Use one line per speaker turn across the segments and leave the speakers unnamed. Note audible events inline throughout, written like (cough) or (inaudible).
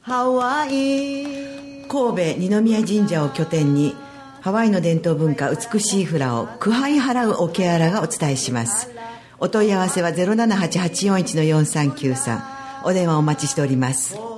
ハワイ
神戸二宮神社を拠点にハワイの伝統文化美しいフラを苦杯払うオケアラがお伝えしますお問い合わせは078-841-4393お電話お待ちしております
神戸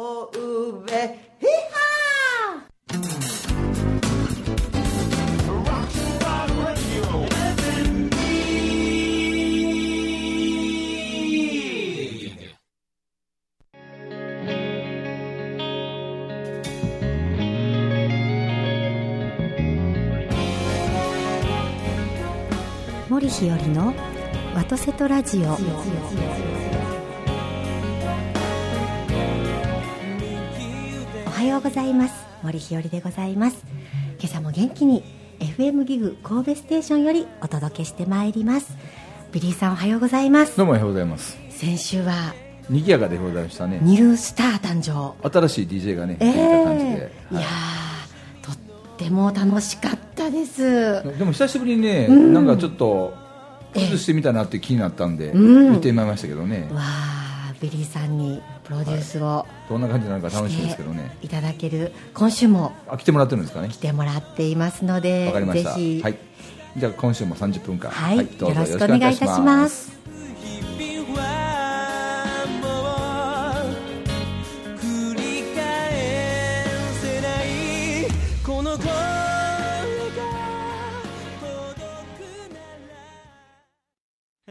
森日和のワトセトラジオおはようございます森日和でございます今朝も元気に FM ギグ神戸ステーションよりお届けしてまいりますビリーさんおはようございます
どうもおはようございます
先週は
賑やかでございましたね
ニュースター誕生
新しい DJ がね
え
出てきた感じで
え、いやーとっても楽しかったです
でも久しぶりにね、なんかちょっと崩してみたなって気になったんで、
うん
見てまいりましたけどね、
わあビリーさんにプロデュースを
どんな感じなのか楽しみで
し
すけどね
ていただける今週も
あ来てもらってるんですかね
来てもらっていますので
わかりまし
ぜ
た
ひ
はいじゃあ今週も30分間
はい
どう
よ
ぞ
ろしくお願いいたします
日々はもう繰り返せないこの声が届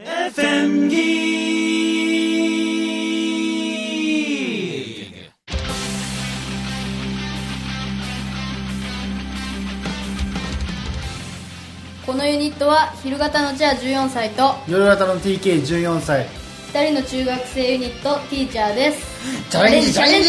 くなら FM ギー
このユニットは昼型のチャー14歳と
夜型の TK14 歳
2人の中学生ユニットティーチャーです
チャレンジチャレンジ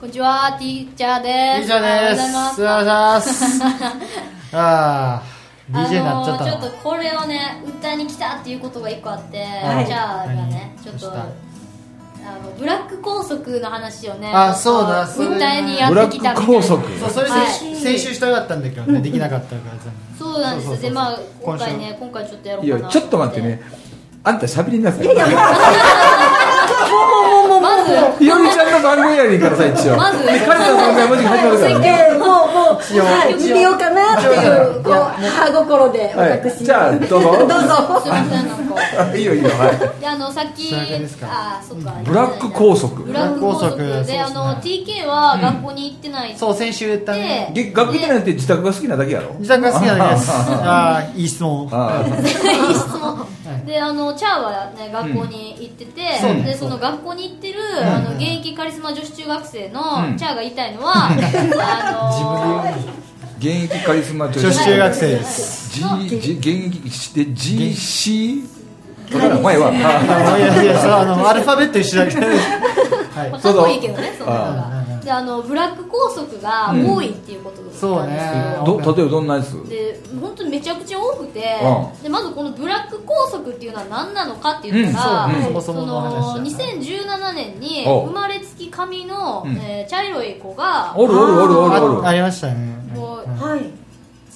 こんにちはティーチャーです
以上ですすいませんああ (laughs) DJ になっちゃった
あのちょっとこれをね歌に来たっていうことが一個あって、
はい
チャーがねちょっと
どうした
あのブラック校則の話をね
あそうだ
こ
それね
歌いにや
ブ
っ
ラ
てき
ッ
たみた
ク
いな
拘束
そうそれ
はい
先先週したかったんだけど
(laughs)
ねできなかったから残念
そうなんです
そうそうそうそう
でまあ今回ね今回ちょっとやろう
い
か
や
な
ちょっと待ってねあんた喋りなさいいや
まず
ひよりちゃんの番組やりんからさ一応
まず
で彼女の番組はもうじき始まるからね
えーもうもう、はい、見てようかなっていうこう歯心で
はい
私
じゃあどうぞ
どうぞ
すいませんなん
(laughs)
か
いいよいいよはい
であのさっき
それだけですか
あそっか
ブラック拘束
ブラック校則
ブラック校則そうです
で
ね
あの TK は学校に行ってない
そう先週言ったね
げ学校じゃなくて自宅が好きなだけやろ
自宅が好きなんですああいい質問
ああ
いい質問であのチャーはね学校に行ってて、
そうね
でその学校に行ってる、あの現役カリスマ女子中学生の、
うん
チャーが言いたいのはあの
現役カリスマ女
女子中学生です
生 G, G 現役して GC だからん前は
あ
あ
のいやいやそうあのアルファベット一緒だけ
(laughs)
ど
まあ
そう
かっ
そう
こいいけどねその方
あ
がであのブラック校則が多いっていうことなんですよ、
そうね
あど例えばどんなやつ
で本当にめちゃくちゃ多くて、
う
でまずこのブラック校則っていうのは何なのかっていうのが、
うんそううん
そ
そもそもの話
の
だね
2017年に
お
生まれつき髪の、
うん
えー茶色い子が
おるおるおるおるお
ああ
る
りましたね
こう
はい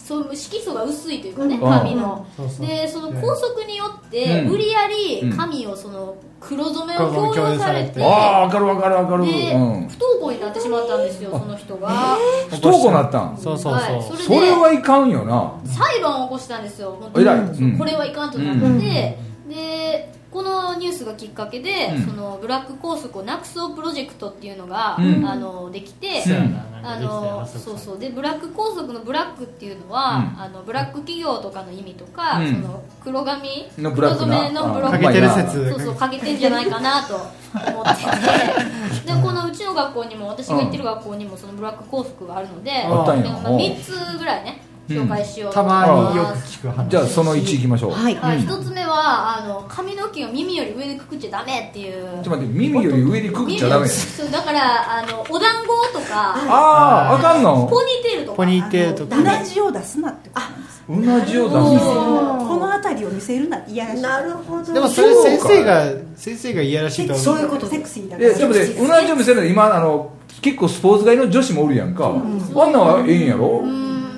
そう色素が薄いというかね、
うん
髪の、
そうそう
でその拘束によって、
うん
無理やり
うん
髪をその黒染め
黒染
を
め
強要されて、
強要
ああ分かる分かる分かる、
で、
うん、
不登校になってしまったんですよその人が、
不登校なったんそ
そうそう
は
そ
いうそれで
れはいかんよな
裁判を起こしたんですよ本当に
偉い
そう
うん
これはいかんとなって、
うん
でこのニュースがきっかけで、
うん
そのブラック拘束をなくそうプロジェクトっていうのが、
うん
あのできて、
そうや
あのそうそうでブラック校則のブラックっていうのは、あのブラック企業とかの意味とか、
うん
その黒髪
のブ
黒
ラックな
染めのブラッ
あ
ク
かけてる
う
説
そうそう欠けてんじゃないかなと思って
(laughs)
てでこのうちの学校にも私が行ってる学校にもそのブラック校則があるので、
あったん
で
や
まあ、3つぐらいね紹介しようと
た
思い
ま
ま
によく
す、
聞く話
じゃあその1いきましょう、
はい
はい1つ目はあの髪の毛を耳より上にくくっちゃダメっていう
ちょっと待って耳より上にくっちゃダメ
耳をそうだからあのお団子とか
あああかんの
ポニーテールと
ポ
か
ニーテールとか
うなじを出すなってことなんですよ
うなじを出
お
す
ー
この辺りを見せるなって嫌らしい
なるほど
でもそれ先生が先生がいやらしいと思う
そういうこと
セクシーだから
えでもねうなじを見せるの今あの結構スポーツ街の女子もおるやんか、あんなんはええんやろ、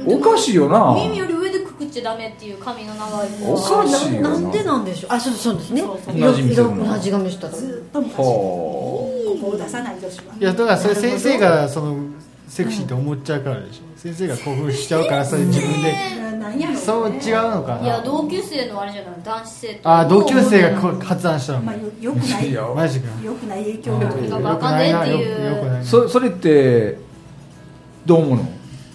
おかしいよな
耳より上でくくっちゃダメっていう髪の長い子
おかしいよな
なんでなんでしょうあそうそうですね
そうそう
同じ店の
同じ髪したから
ずっと昔
ほ
ここを出さない女子はい
やだからそれ先生がそのセクシーと思っちゃうからでしょ、先生が興奮しちゃうからそれ自分で
なんやろ
そう違うのか
いや
な
同級生のあれじゃない男子生徒
あ同級生がこう発案したの
まあよよくない
いや
よ
マジか
くない影響力
んか
が
よ
バ
く
カ
ない
ね
な
って
よく
いう
よくないな
そそれってどう思うの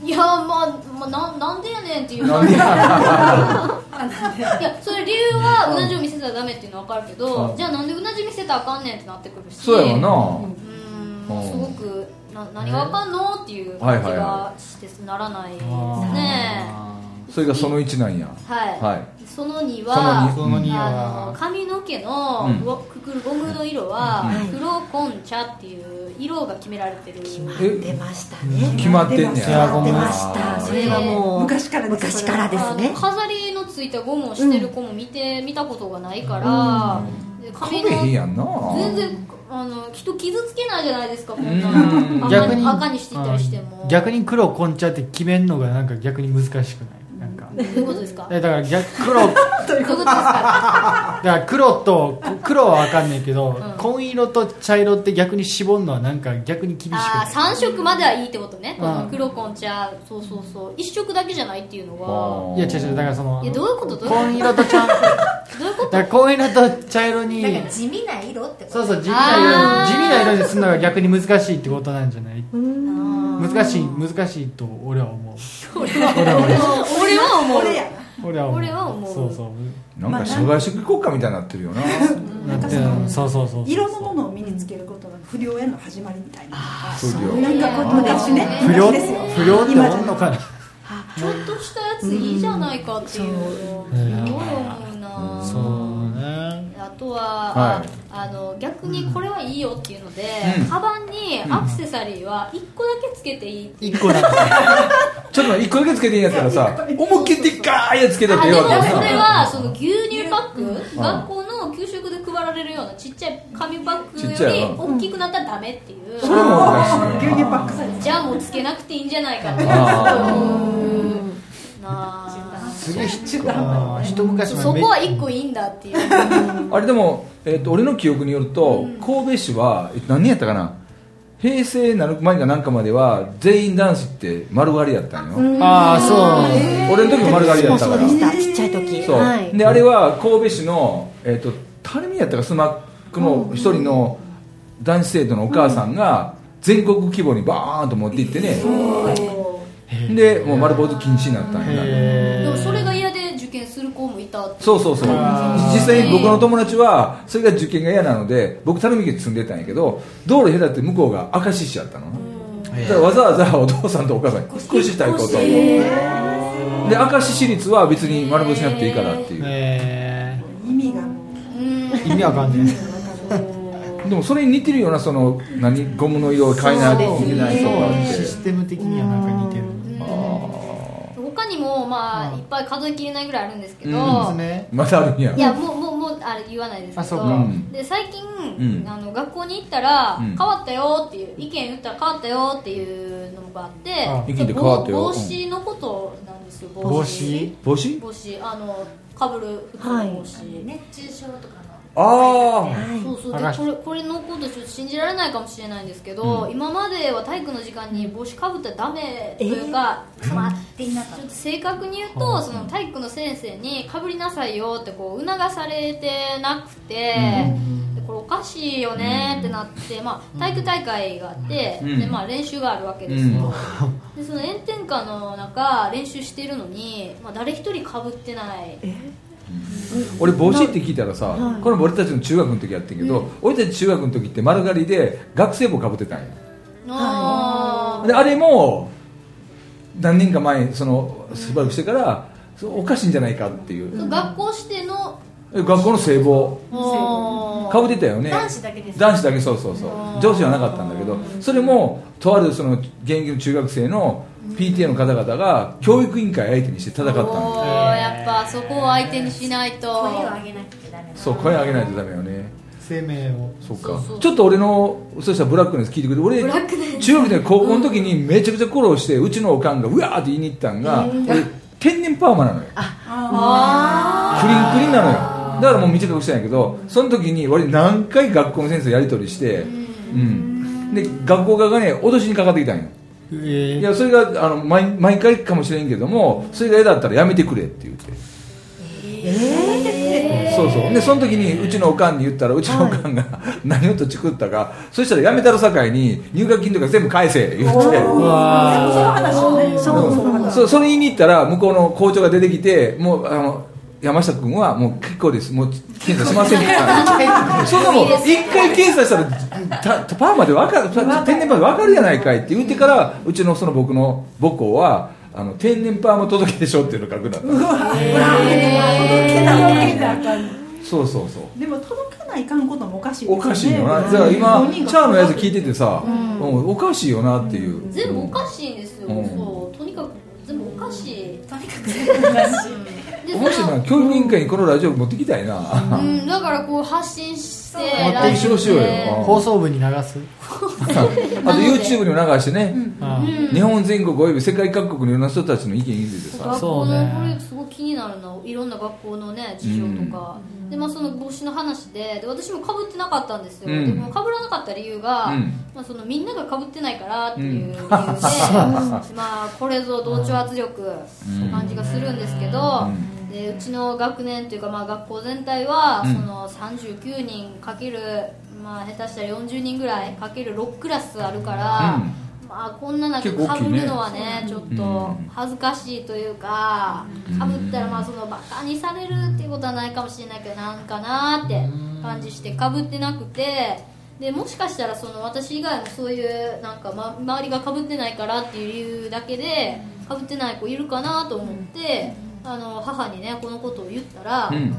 いやまあ、まあ、なんなんでやねんっていう
なんで
いやそれ理由はうなじを見せたらダメっていうのは分かるけ
う
ど
ん
じゃあなんでうなじ見せたらあかんねんってなってくるし
そうやわな、
うーんすごくな何があかんのっていう
はいはい
感じが
は
してならないですね
あ
それがその1なんや
はい、
はい
その2
ー
は
その2
あの
は
髪の毛の
うん
ロックくるゴムの色は
うん
黒ン茶っていう色が決められてる
え
出ましたね
決まってんね
決
や
まってま
したそ
れはも
う
昔からです
昔からです
あ
ね
の飾りのついたゴムをしてる子も見て、見たことがないから、で
髪
髪
へん
の
やんな
全然あの人傷つけないじゃないですかこんな
うん
赤
逆に
に赤にしていったりしても
逆に黒こんちゃって決めるのがなんか逆に難しくないなんか
どういうことですか
(laughs)
どうい
えだから逆黒だか
うことですから
黒とこ黒は分かんないけど、
ん
紺色と茶色って逆に絞るのはなんか逆に厳しくない
あー3色まではいいってことねこ
う
の
ん
黒コン茶そうそうそう1色だけじゃないっていうのは
や違う違うだからその
いやどういうことどういうこと
紺色と
ど
茶
ういうこと
だから紺色と茶色に
地味な色って
そうそう地味な色
あー
に地味な色にするのが逆に難しいってことなんじゃない
(laughs)
難しい難しいと俺は思う
俺は思う
俺や
俺は思う
俺は思う
そうそう
なんか社外食国家みたいになってるよな
なってるのそうそうそうそう
色のものを身につけることが不良への始まりみたいな
そうよ
なんかこう昔ね
不良
昔ですよ
不良って
今じ
お
ゃ
んのかな
ちょっとしたやついいじゃないかっていうのをすごい思うな
そうね
あとは、
はい
ああの逆にこれはいいよっていうので、
うん
カバンにアクセサリーは1個だけつけていいっていう、
一個だけ
ちょっと待って一個だけつけていいやつからさ思いっきりでっかいやつつけたっ
あ
て
で
よ
も
かった
それはその牛乳パック、学校の給食で配られるようなちっちゃい紙パック
ちっちゃ
よ
い
り
な
大きくなったらダメっていう、
それもおかしい
牛
よ
乳パックサイズ
じゃあもうつけなくていいんじゃないかって
あ
思うなあ
すげえ一あー一昔前
そ
め
こは1個いいんだっていう
ーあれでも、えっと俺の記憶によると、神戸市は、えっと何年やったかな平成なる前かなんかまでは全員男子って丸刈りやったんよ、
ああそう
俺の時も丸刈りやったから
そうでしたちっちゃい時
そう、
はい
であれは神戸市の、えっと垂水やったかスマックの一人の男子生徒のお母さんが全国規模にバーンと持って行ってね、でもう丸坊主禁止になったんや
へ
でもそれが嫌で受験する子もいたって
そうそうそう
あー
実際に僕の友達はそれが受験が嫌なので僕垂水家に住んでたんやけど道路隔って向こうが明石市やったのなだからわざわざお父さんとお母さんに引っ越したいことで明石市立は別に丸坊主しなくていいからっていう
え
意味がもう
意味わかんねえ
でもそれに似てるようなその何ゴムの色を変えないといけないとかっ
シ
て
ステム的にはなんか似てる
他にもまあいっぱい数えきれないぐらいあるんですけど、
ですね
まだあるんや
いやもうもうもうあれ言わないです
あ
け
そ
ど
うか
で最近、
うん
あの学校に行ったら、
うん
変わったよっていう意見言ったら変わったよっていうのがあって
あ
意見で変わったよ
帽帽子のことなんですよ
帽子
帽子
帽子あのかぶる普通の帽子、
熱中症とか
ああ
そうそう
剥が
で
し
これこれのことちょっと信じられないかもしれないんですけど、今までは体育の時間に帽子かぶったらダメというか、まあちょっと正確に言うとその体育の先生にかぶりなさいよってこう促されてなくて、でこれおかしいよねってなって、まあ、体育大会があって、
うん
でまあ、練習があるわけですよ、でその炎天下の中練習してるのに、まあ、誰一人かぶってない
俺帽子って聞いたらさこれも俺たちの中学の時やってんけど俺たち中学の時って丸刈りで学生帽かぶってたんや
の
であれも何年か前そのしばらくしてからそうおかしいんじゃないかっていう
学校しての
え学校の聖帽
あ
かぶってたよね
男子だけです
男子だけそうそうそう女子はなかったんだけどそれもとあるその現役の中学生の PTA の方々が教育委員会相手にして戦ったん
お
だ
ーやっぱそこを相手にしないと
げなきゃダメ
そう声上げないとダメよね
生命を
そう
そ
か
うそう
ちょっと俺のそしたらブラックのやつ聞いてくれて俺
ブラックのやつ
中学で高校の時にめちゃくちゃ苦労してうちのおかんがうわーって言いに行ったんが俺天然パーマなのよクリンクリンなのよだからもう短くしたんやけどその時に俺何回学校の先生やり取りして、うん、で学校側がね脅しにかかってきたんよ
え
い
ー
やそれがあの毎毎回かもしれんけどもそれが嫌だったらやめてくれって言ってええそうそうでその時にうちのおかんに言ったらうちのおかんが (laughs) 何をとちくったかそしたらやめたるさかいに入学金とか全部返せ言って
うわ
その話をねそうその話
そそれ言いに行ったら向こうの校長が出てきてもうあの山下君はもう結構ですもう検査しませんって言ったのそんなもん一回検査したらたたパーマでわかるた天然パーマでわかるやないかいって言ってからうちのその僕の母校はあの天然パーマ届けでしょっていうの書くなったそうそうそう
でも届かないかんこともおかしいですよ
お
ね
かしいよな、じゃあ今チャーのやつ聞いててさ、うんおかしいよなっていう
全部おかしいんですよ、
うん
そうとにかく全部おかしいとにかく
うん面白いな教育委員会にこのラジオ持ってきたいな、
うん、だからこう発信して
持ってきて
ほしいよ
ラジオで
放送部に流す
(laughs) あと YouTube にも流してね、
あー
日本全国および世界各国のいろんな人たちの意見入れてさ
学
そ
校
うね
のこれすごい気になるないろんな学校のね事情とか、でまあその帽子の話でで私もかぶってなかったんですよ、
うん
でもかぶらなかった理由が、
うん
まあ、そのみんながかぶってないからっていう理由で、
うん
まあこれぞ同調圧力感じがするんですけど、うでうちの学年というかまあ学校全体は、
うん
その39人かけるまあ下手したら40人ぐらいかける6クラスあるから、まあこんな中
結構
か
大きい
ぶ
ね
るのはねちょっと恥ずかしいというかかぶったらまあそのバカにされるっていうことはないかもしれないけどなんかなーって感じしてかぶってなくてでもしかしたらその私以外もそういうなんか、ま、周りがかぶってないからっていう理由だけでかぶってない子いるかなと思ってあの母にねこのことを言ったら
う。ん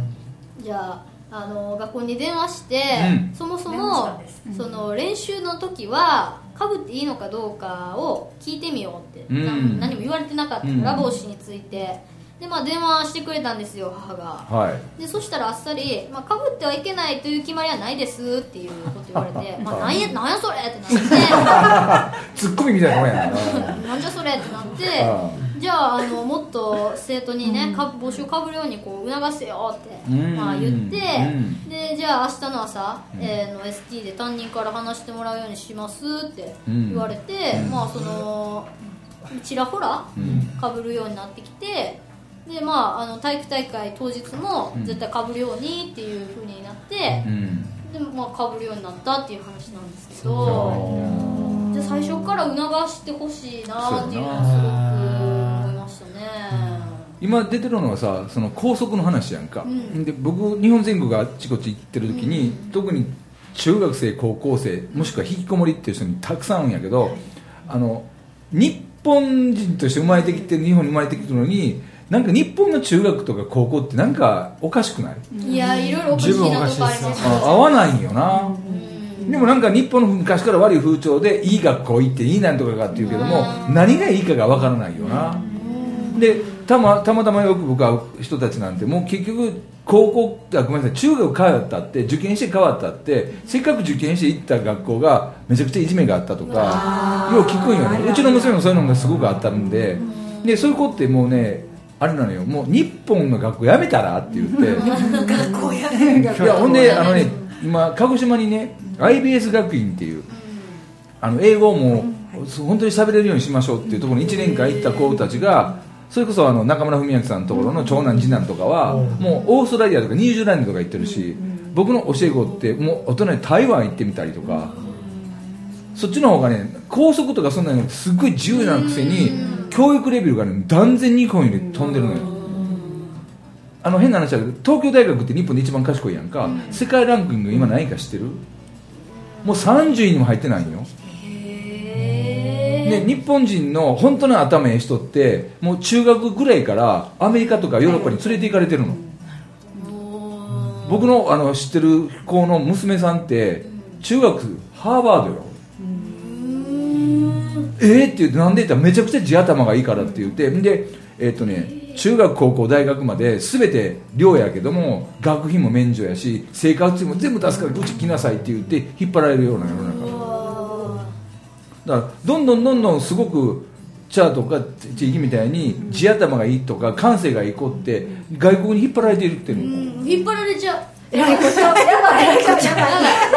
じゃああの学校に電話して、
うん
そもそ
電話したん
も
です
その練習の時はかぶっていいのかどうかを聞いてみようって、
うん
なん何も言われてなかったから、
うん
帽子についてで、まあ、電話してくれたんですよ母が
はい
でそしたらあっさり「まあ、かぶってはいけないという決まりはないです」っていうこと言われ
(laughs)
て「まあ、なんやなんやそれ!」ってなって
ツッコミみたいなもんやな
「なんじゃそれ!」ってなって
あ
じゃああのもっと生徒にね、か帽子をかぶるようにこう促せよって、
うん
まあ、言って、
うん
でじゃあ明日の朝、えーの ST で担任から話してもらうようにしますって
うん
言われて、まあそのちらほらかぶるようになってきてでまああの体育大会当日も
ん
絶対かぶるようにっていうふうになって
う、ん
でまあかぶるようになったっていう話なんですけどじゃあ最初から促してほしいなっていうのはすごく思いましたね。
今出てるのはさその校則の話やんか、
ん
で僕日本全国あっちこっち行ってる時に、特に中学生高校生もしくは引きこもりっていう人にたくさんあるんやけどあの日本人として生まれてきて日本に生まれてきてるのになんか日本の中学とか高校ってなんかおかしくない、
いやいろいろおかしいなとこあります
あ合わないんよな、でもなんか日本の昔から悪い風潮でいい学校行っていいなんとかかっていうけども何がいいかがわからないよなでたまたまたまよく僕会う人たちなんてもう結局高校あごめんなさい中学変わったって受験して変わったってせっかく受験して行った学校がめちゃくちゃいじめがあったとかよう聞くんよねうちの娘もそういうのがすごくあったんででそういう子ってもうねあれなのよもう日本の学校やめたらって言って
学校やね
いやほんであのね今鹿児島にね IBS 学院っていうあの英語も本当に喋れるようにしましょうっていうところに1年間行った子たちがそれこそあの中村文明さんのところの長男次男とかはもうオーストラリアとかニュージーランドとか行ってるし僕の教え子ってもう大人に台湾行ってみたりとかそっちの方がね高速とかそんなのすっごい自由なくせに教育レベルがね断然日本より飛んでるのよ。あの変な話だけど東京大学って日本で一番賢いやんか、世界ランキング今何位か知ってるもう30位にも入ってないんよで日本人の本当の頭ええ人ってもう中学ぐらいからアメリカとかヨーロッパに連れて行かれてるの、僕のあの知ってる子の娘さんって中学ハーバードよえー、って言ってなんでって言ったらめちゃくちゃ地頭がいいからって言ってでえーっ、とね中学高校大学まで全て寮やけども学費も免除やし生活費も全部出すからうち来なさいって言って引っ張られるような世の中だからどんどんどんどんすごくチャーとか地域みたいに地頭がいいとか感性がいい子って外国に引っ張られているっていうの
うん引っ張られちゃう
えらいこっちゃやばいえらいこっちゃ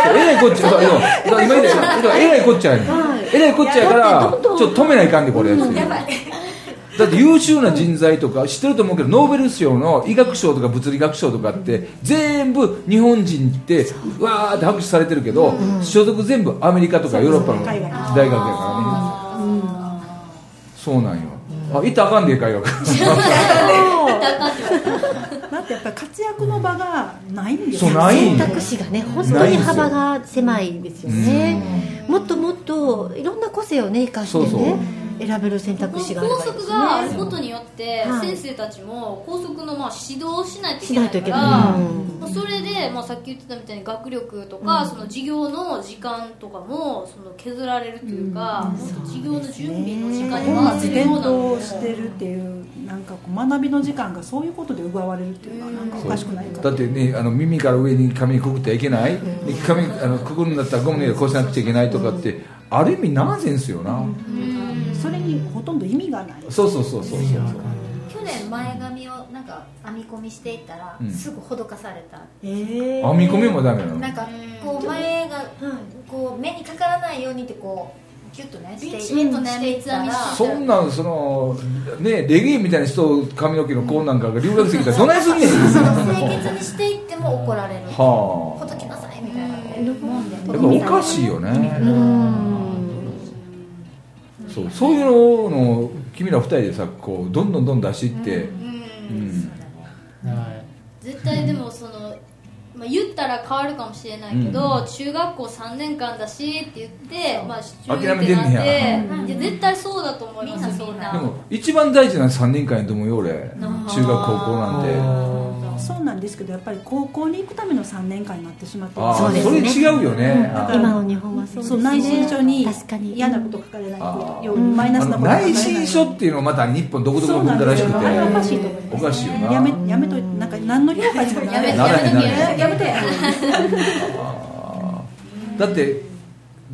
えらいこっちゃそうそう今言ったよえらいこっちゃやねんえらいこっちゃやからちょっと止めないかんでこれ次だって優秀な人材とか知ってると思うけどノーベル賞の医学賞とか物理学賞とかって全部日本人ってわーって拍手されてるけど、所属全部アメリカとかヨーロッパの大学やからねそうなんよ、あ行ったらあかんで大学
だってやっぱり活躍の場がないんです
そう
よ
ないん
選
よ
択肢がね本当に幅が狭いですよねもっともっといろんな個性をね生かしてね
そうそう
選べる選択肢があれば
校
いいです
則
ね
があることによって
はい
先生たちも校則のまあ指導をしないとい
し
け
な
ない
いと
か
いけ
ら
ない、
まあそれで、まあ、さっき言ってたみたいに学力とか、その授業の時間とかもその削られるというか、もっと授業の準備の時間に
本
回
末
せるよ
転
うな
倒してるっていうなんかこう学びの時間がそういうことで奪われるっていうのはなんかおかしくないか
だってねあの耳から上に髪くぐってはいけない、で髪あのくぐるんだったらゴムの色こうしなくちゃいけないとかって、ある意味ナンセンスよな、
それにほとんど意味がない
そうそうそうそうそう
去年前髪をなんか編み込みしていったら、
うん
すぐほどかされた、
編み込みもダメなの
なんかこう前がこう目にかからないようにってこうギュッとねして
チッとね
していったら
三つ編みし
そんなんそのねレゲエみたいな人髪の毛のこうなんかが留学生きたらどないすんねん
その清潔にしていっても怒られる、ほ
は
どきなさいみたいな
あやっぱおかしいよねそうそういうのの君ら二人でさこうどんどんどんどん出していって、
うん
うん
はい
絶対でもその、まあ、言ったら変わるかもしれないけど、中学校3年間だしって言って、まあ、中
諦めてんねや
いや絶対そうだと思いますみんな
でも一番大事な3年間やと思うよ俺中学高校なんて
そうなんですけどやっぱり高校に行くための3年間になってしまってる
ああ
そうです
そ
ね
れ違うよね、あー
今の日本はそうです
そう内申書に
確かに
嫌なこと書かれない
あー
ようにマイナ
あ
ス
の
なこと書かれない
内申書っていうのをまた日本独特の文化らしくて
そうなんですよあれおかしいと思います
おかしいよな
やめやめといてなんか何の評価にもならない
ならへんならへん
やめて
だって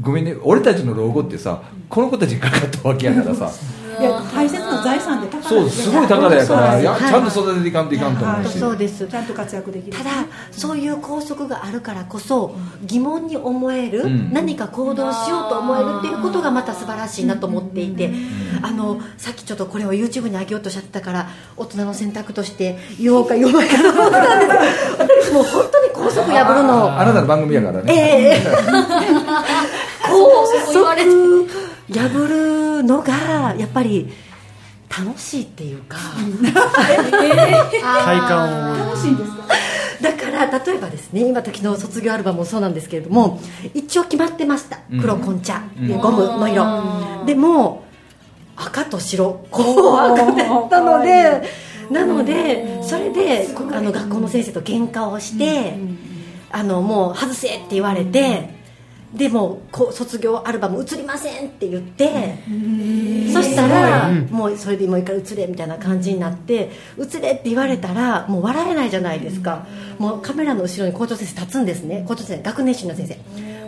ごめんね俺たちの老後ってさこの子たちにかかったわけやからさ
いや大切な財産で高
そうすごい宝やからいやちゃんと育てていかんといかんと
は
思う
い
し
そうです
ちゃんと活躍できる
ただそういう校則があるからこそ疑問に思える、
うん
何か行動しようと思えるっていうことがまた素晴らしいなと思っていて、あのさっきちょっとこれを YouTube に上げようとおっしゃってたから大人の選択として言おうか言わないかと思ったんですけど私もう本当に校則破るの
あなたの番組やからね、
ええ高
言わ
(laughs)
れて
速破るのがやっぱり楽しいっていうか
快感を覚える
楽しいんですか
だから例えばですね今時の卒業アルバムもそうなんですけれども一応決まってました
うん
黒こん茶っていう
うん
ゴムの色でも赤と白こう赤でったのでなのでそれでこあの学校の先生と喧嘩をしてあのもう外せって言われてでもうこう卒業アルバム映りませんって言ってそしたらもうそれでもう一回映れみたいな感じになって映れって言われたらもう笑えないじゃないですかもうカメラの後ろに校長先生立つんですね校長先生学年主任の先生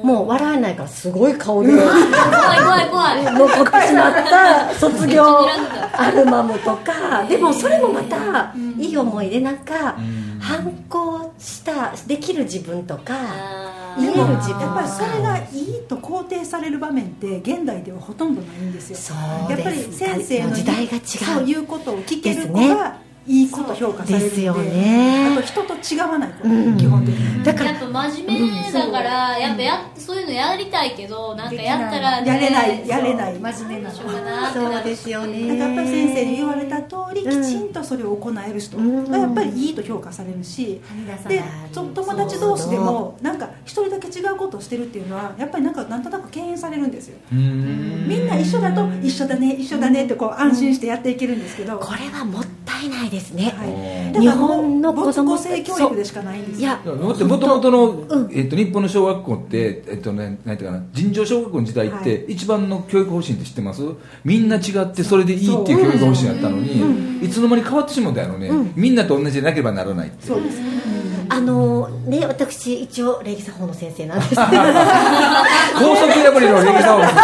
もう笑えないからすごい顔でもう
怖い怖い怖い
凝ってしまった卒業
めっちゃ睨んだ
アルバムとかでもそれもまたいい思い出なんか反抗したできる自分とか
あ
言える自
やっぱり
分
それがいいと肯定される場面って現代ではほとんどないんですよ
そう
や
で
っ
す
ぱり先生の
時代が違う
そういうことを聞ける子
です
がいいこと評価されるんで
ですよね
あと人と違わないこと、
うん
基本的に
だ
ー
から
やっぱ真面目だから、やっぱやっそういうのやりたいけどなんかやったら、ね、
やれないやれない
真面目な
し
の
ょうがなって
そ
な
う
る
ですよ
だ
ね
からやっぱり先生に言われた通り、
うん
きちんとそれを行える人
うん
がやっぱりいいと評価されるし、
はみ出さない
でそ友達同士でもなんか一人だけ違うことをしてるっていうのはやっぱりなんかなんとなく敬遠されるんですよ
うーん
みんな一緒だと一緒だね一緒だねってこう安心してやっていけるんですけど、
これはもったいないですね、
はい、
日本の子供
母性教育でしかないんです
いや
だってもともとの、えっと、日本の小学校って、えっとね、なんていうかな尋常小学校の時代って、
は
一番の教育方針って知ってますみんな違ってそれでいいっていう教育方針だったのに、いつの間に変わってしまうんだよね、みんなと同じでなければならないって
そうです
あのね私一応礼儀作法の先生なんです
高速破りの礼儀作法 (laughs)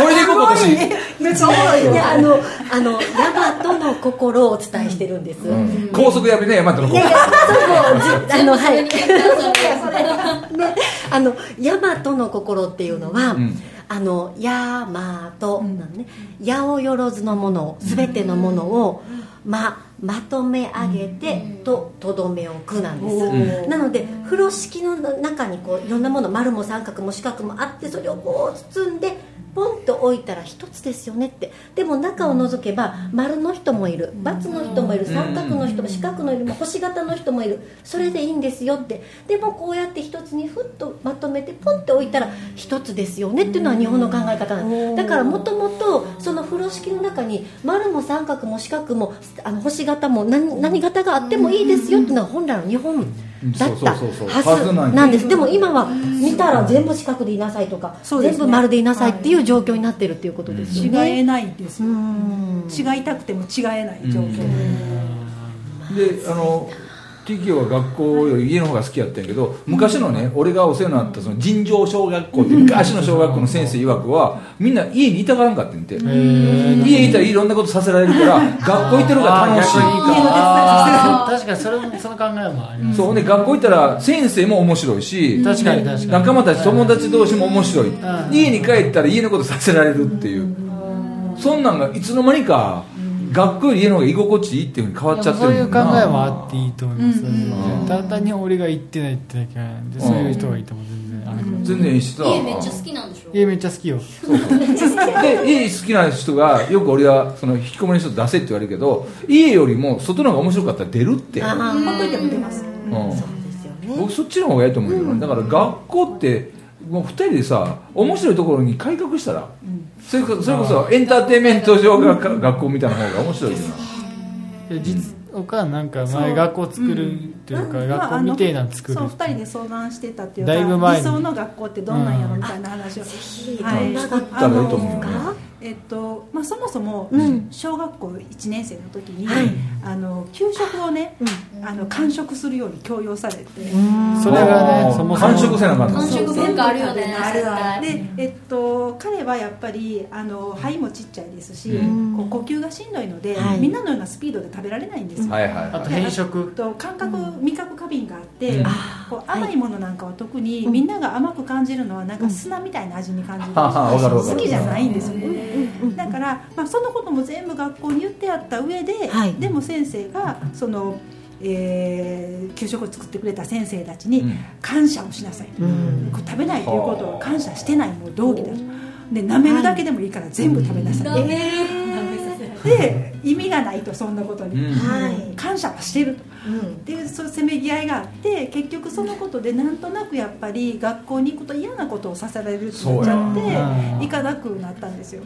それでいこう今年
(laughs) めっちゃおもろいよ
いやあのあのヤマトの心をお伝えしてるんです、
高速破りね山田の高速
じあの
(laughs)
はい
それ
ね、 (laughs) あのヤマトの心っていうのは、
ん
あのヤマトなのね、八百万のものを全てのものを、ままとめ上げて、ととどめ置くなんです、
う
なので風呂敷の中にこういろんなもの丸も三角も四角もあってそれをこう包んでポンと置いたら一つですよねってでも中を覗けば丸の人もいる×の人もいる三角の人も四角の人も星型の人もいるそれでいいんですよってでもこうやって一つにふっとまとめてポンって置いたら一つですよねっていうのは日本の考え方なんですだからもともとその風呂敷の中に丸も三角も四角もあの星型も何何型があってもいいですよっていうのは本来の日本だった
そうそうそうそう
は
はず
ず
なんです
なんですでも今は見たら全部四角でいなさいとか、
そうです
全
ね
部丸でいなさいっていう状況になってるっていうことです
違
よね、
えないんですよ
うん
違いたくても違えない状況
であの TKO は学校より家の方が好きやったんやけど昔のね俺がお世話になったその尋常小学校って昔の小学校の先生曰くはみんな家にいたがらんかってんて家いたらいろんなことさせられ
(laughs)
るから学校行ってる方が楽しい
あー
確かにそれもその考えもあります、
そうほんで学校行ったら先生も面白いし
確かに確かに
仲間たち友達同士も面白い
ん
家に帰ったら家のことさせられるっていうそんなんがいつの間にか学校より家の方が居心地いいっていうふうに変わっちゃってる
そういう考え
もんな
はあっていいと思います、
うん
だんだんに俺が行ってないってだけなんで、そういう人がいても全然あれ、
全然いいしさ
家めっちゃ好きなんでしょ
家めっちゃ好きよ
で家好きな人がよく俺はその引きこもりの人出せって言われるけど家よりも外の方が面白かったら出るって、
ああ
ほっといても出ます
うん
ですよね
僕そっちの方がいいと思うけどね、だから学校ってもう2人でさ面白いところに改革したら、それこそれこそエンターテインメント上がか学校みたいな方が面白いよな、
いや実おかんなんか前学校作るというか、
なん
学
まあ
校みてえなの作る
そう2人で相談してたっていうか
だいぶ前に
理想の学校ってどんなんやろみたいな話を、は
どんな学校
だからいいと思うよね
えっとまあ、そもそも
うん
小学校1年生の時に、
はい
あの給食をね、あの完食するように強要されて、
それが
あ
ね
ー
そもそも
完食せなあかんの
完食文化あるよね
あ
絶対
で、えっと、彼はやっぱりあの肺もちっちゃいですし、
うん
こう呼吸がしんどいので、
はい
みんなのようなスピードで食べられないんですよ、
はいはい
あと
はい
変色
えっと感覚、味覚過敏があって、
うん
こう甘いものなんかは特に、
うん
みんなが甘く感じるのはなんか砂みたいな味に感じる、
ははわかるわかる
好きじゃないんですよね、だから、まあ、そのことも全部学校に言ってあった上で、
はい
でも先生がその、えー給食を作ってくれた先生たちに
うん
感謝をしなさい、
ん
こう食べないということを感謝してないもう道義だとで舐めるだけでもいいから全部食べなさい、
ダメ
で意味がないとそんなことに、
うん
はい
感謝はしてると。
うん
でそうせめぎ合いがあって結局そのことでなんとなくやっぱり学校に行くと嫌なことをさせられるってなっちゃ
そうやな
って行かなくなったんですよ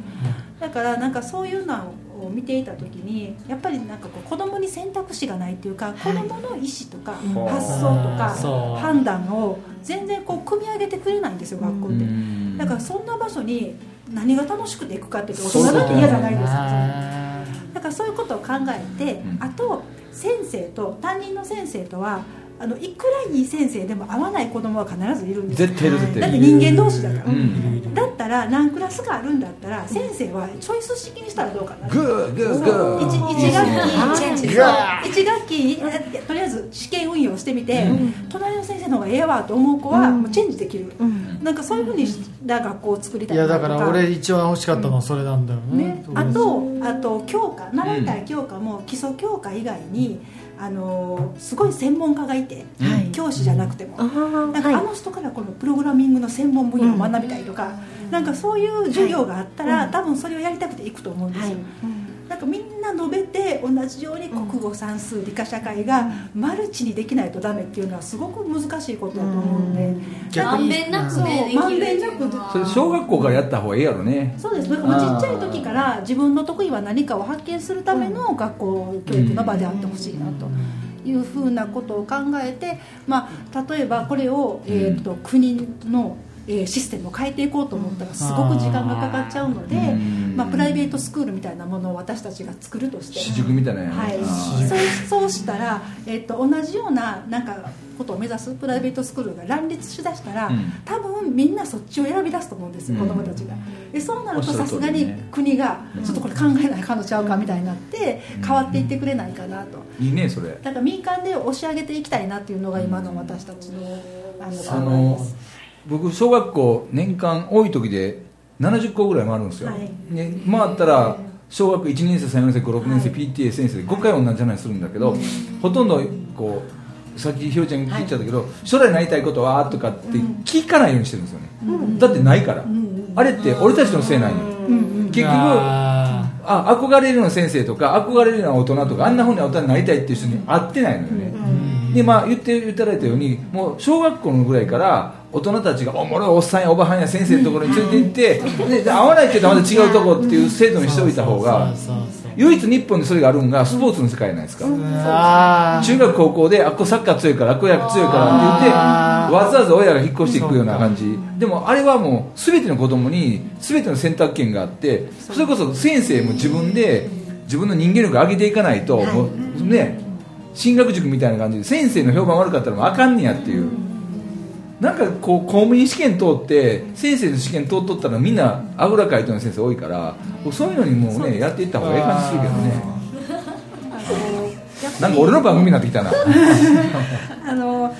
だからなんかそういうのを見ていた時にやっぱりなんかこう子供に選択肢がないっていうか子供の意思とか
ん
発
あー
想と
そう
か判断を全然こう組み上げてくれないんですよ学校って
うん
だからそんな場所に何が楽しくて行くかって大
そう
人だって嫌じゃないですか
あー
だからそういうことを考えて、
うん
あと先生と担任の先生とはあのいくらいい先生でも合わない子供は必ずいるんですよ
絶対いる絶
だっ
対
て
いる
人間同士だから、
うん
だったら何クラスがあるんだったら先生はチョイス式にしたらどうかな
グーグーグー
一
いいで
一
す
学
ね
期
チェンジ
そう一学期えとりあえず試験運用してみて、隣の先生の方がええわと思う子はもうチェンジできる、なんかそういうふうにした学校を作りた
い
いな
や
とか
だから俺一番欲しかったのはそれなんだよね,、
ね、あとあと教科習いたい教科も基礎教科以外に、あのーすごい専門家がいて、
はい
教師じゃなくても、
あー
なんかあ
はい
の人からこのプログラミングの専門分野を学びたいとか、なんかそういう授業があったら、多分それをやりたくて行くと思うんです
は
よ、
い
なんかみんな述べて同じように国語算数理科社会がマルチにできないとダメっていうのはすごく難しいことだと思うんで、
まんべんなくね
そう
できるっていう
まんべん
の
な
は
それ小学校からやった方がいいやろね
そうですねもうちっちゃい時から自分の得意は何かを発見するための学校教育の場であってほしいなというふうなことを考えて、まあ、例えばこれを、えー、と国のえーシステムを変えていこうと思ったらすごく時間がかかっちゃうので、まあ、プライベートスクールみたいなものを私たちが作るとして
私塾みたいなやつ
はい
あー
そうそうしたら、えっと同じようななんかことを目指すプライベートスクールが乱立しだしたら、
うん
多分みんなそっちを選び出すと思うんですよ、
うん
子どもたちがでそうなる
おっし
と
ゃ
さ
る
す
通
が
りね
に国がちょっとこれ考えないかのちゃうかみたいになって変わっていってくれないかなと
いいねそれ
だから民間で押し上げていきたいなっていうのが今の私たちのあの
あの僕小学校年間多い時で70校ぐらい回るんですよ、
はい
ね、回ったら小学1年生3年生56年生 PTA 先生で5回同じ話するんだけど、ほとんどこうさっきひろちゃんが聞いちゃったけど、将来なりたいことはとかって聞かないようにしてるんですよね、
うん
だってないから、あれって俺たちのせいなんよ、結局あ憧れるの先生とか憧れるのは大人とかあんなふうに大人になりたいっていう人に会ってないのよね、でまあ言っていただいたようにもう小学校のぐらいから大人たちがおもろいおっさんやおばはんや先生のところに連れて行って、で合わないって言ったらまた違うとこっていう制度にしておいた方が唯一日本にそれがあるんがスポーツの世界じゃないですか、中学高校であっこサッカー強いからあっこ野球強いからって言ってわざわざ親が引っ越していくような感じでもあれはもう全ての子供に全ての選択権があってそれこそ先生も自分で自分の人間力を上げていかないと、もうね進学塾みたいな感じで先生の評判悪かったらもうあかんねやっていうなんかこう公務員試験通って先生の試験通っとったらみんなあぐらかいてる先生多いからそういうのにもうねやっていった方がいい感じするけどねなんか俺の番組になってきたな
あの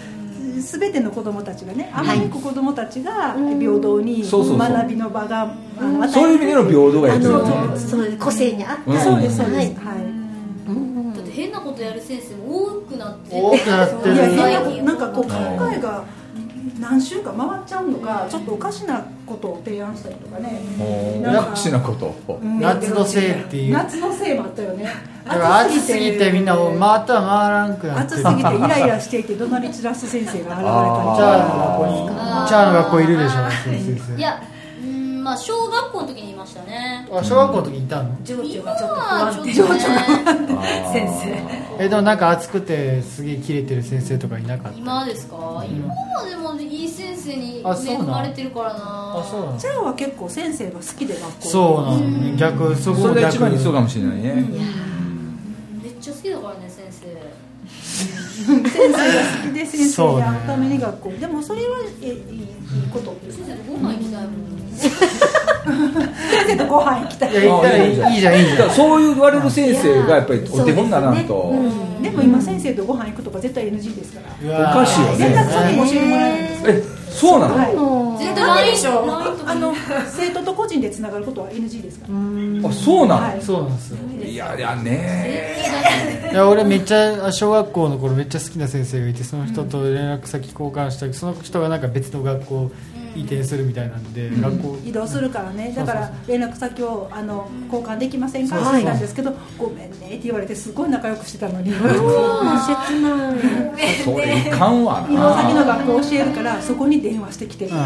全ての子どもたちがねあまり子どもたちが平等に
そうそうそう
学びの場があの
そういう意味での平等がやってるよね
あのそう個性に合った、
うんそうです
そうです
はい
だって変なことやる先生も多くなって
多くなってるいや変なこと
なんか
こう考えが何週間回っちゃうのかちょっとおかしなことを提案したりとかね
もう
なんか
楽しなこと
うん
夏のせいっていう
夏のせいもあったよね
だから暑すぎてみんなもう回ったら回らんくなって
暑すぎてイライラしていて怒鳴り散らす先生が現れたりと
チャーの学校に
か
チャーの学校いるでしょ先生
いやうんまあ小学校の時にいましたね
あ小学校の時にいたの
情緒がちょっと不安定
情緒が
先生
えでもなんか暑くてすげえキレてる先生とかいなかった
今ですか今はでもいい先生に
あそう
恵
なん
まれてるからな
あそうなの
チャーは結構先生が好きで学校
そうなのね逆そこ
それが一番理想
逆
かもしれないね
めっちゃ好きだからね先生
先生が好きで先生
そう
に
ね
会うために学校、でもそれはえいいいいことです
先生とご飯行きたいもん
先生とご飯行きたい
いや行ったらいいいいじゃんいいじゃん
だからそういう言われる先生がやっぱりお手本にならんと、
そうですねうんでも今先生とご飯行くとか絶対 NG ですから
おかしいよね
連絡先も教えてもらえるんですよ
えそうなの、
はい
絶対ないでしょ
あの生徒と個人でつながることは NG ですから
あそうなの、
はい
そうなんですよ
いやいやね
いや俺めっちゃ小学校の頃めっちゃ好きな先生がいてその人と連絡先交換したりその人がなんか別の学校移転するみたいなんで、
うん
学校
移動するからねだから連絡先をあの交換できませんかって
そうそう
言ったんですけど「ごめんね」って言われてすごい仲良くしてたの
(laughs)
に移
切ない
それいかんわな
動先の学校教えるからそこに電話してきて
ん
電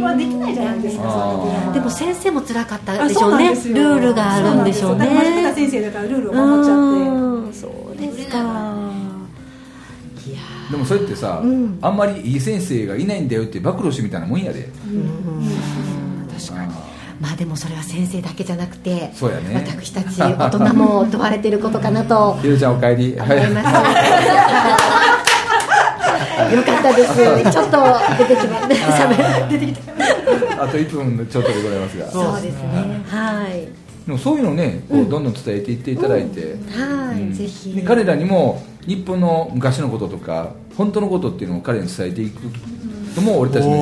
話できないじゃないですかそんな電話
でも先生も辛かった
あ
でし
そ
ょ
う
う
なん
ねル
ですよ
ールがあるんでしょうね
そうなんですよだから真面目な先生だからルールを守っちゃって
うんそうですか
でもそれってさ、あんまりいい先生がいないんだよって暴露しみたいなもんやで、確かに
まあでもそれは先生だけじゃなくて
そうやね
私たち大人も問われてることかな
(laughs)
と
ひろちゃんお帰りは
思いますよかったです
(laughs)
ちょっと出てきました喋る出てきた
あと1分ちょっとでございますが
そうですねはい
でもそういうのをねこうどんどん伝えていっていただいて、
はい、ぜひ
で彼らにも日本の昔のこととか本当のことっていうのを彼に伝えていくのも俺たちの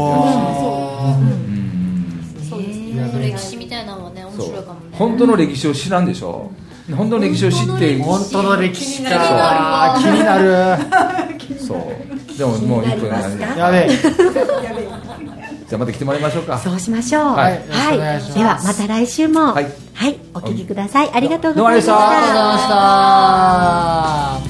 やってるし
その歴史みたいなのはね面
そ
白いうかもね
本当の歴史を知らんでしょ本当の歴史を知って
本当の歴史
気にな
か気になる
そうでももう1分なんで
やべえ
じゃあまた来てもらいましょうか
そうしましょう
はい
よろしくお願いします
ではまた来週も
はい
はい、お聞きくださいありがとう
どう
ご
もあ
ざい
り
まし
がとうございまし
た
た
ありがとうございました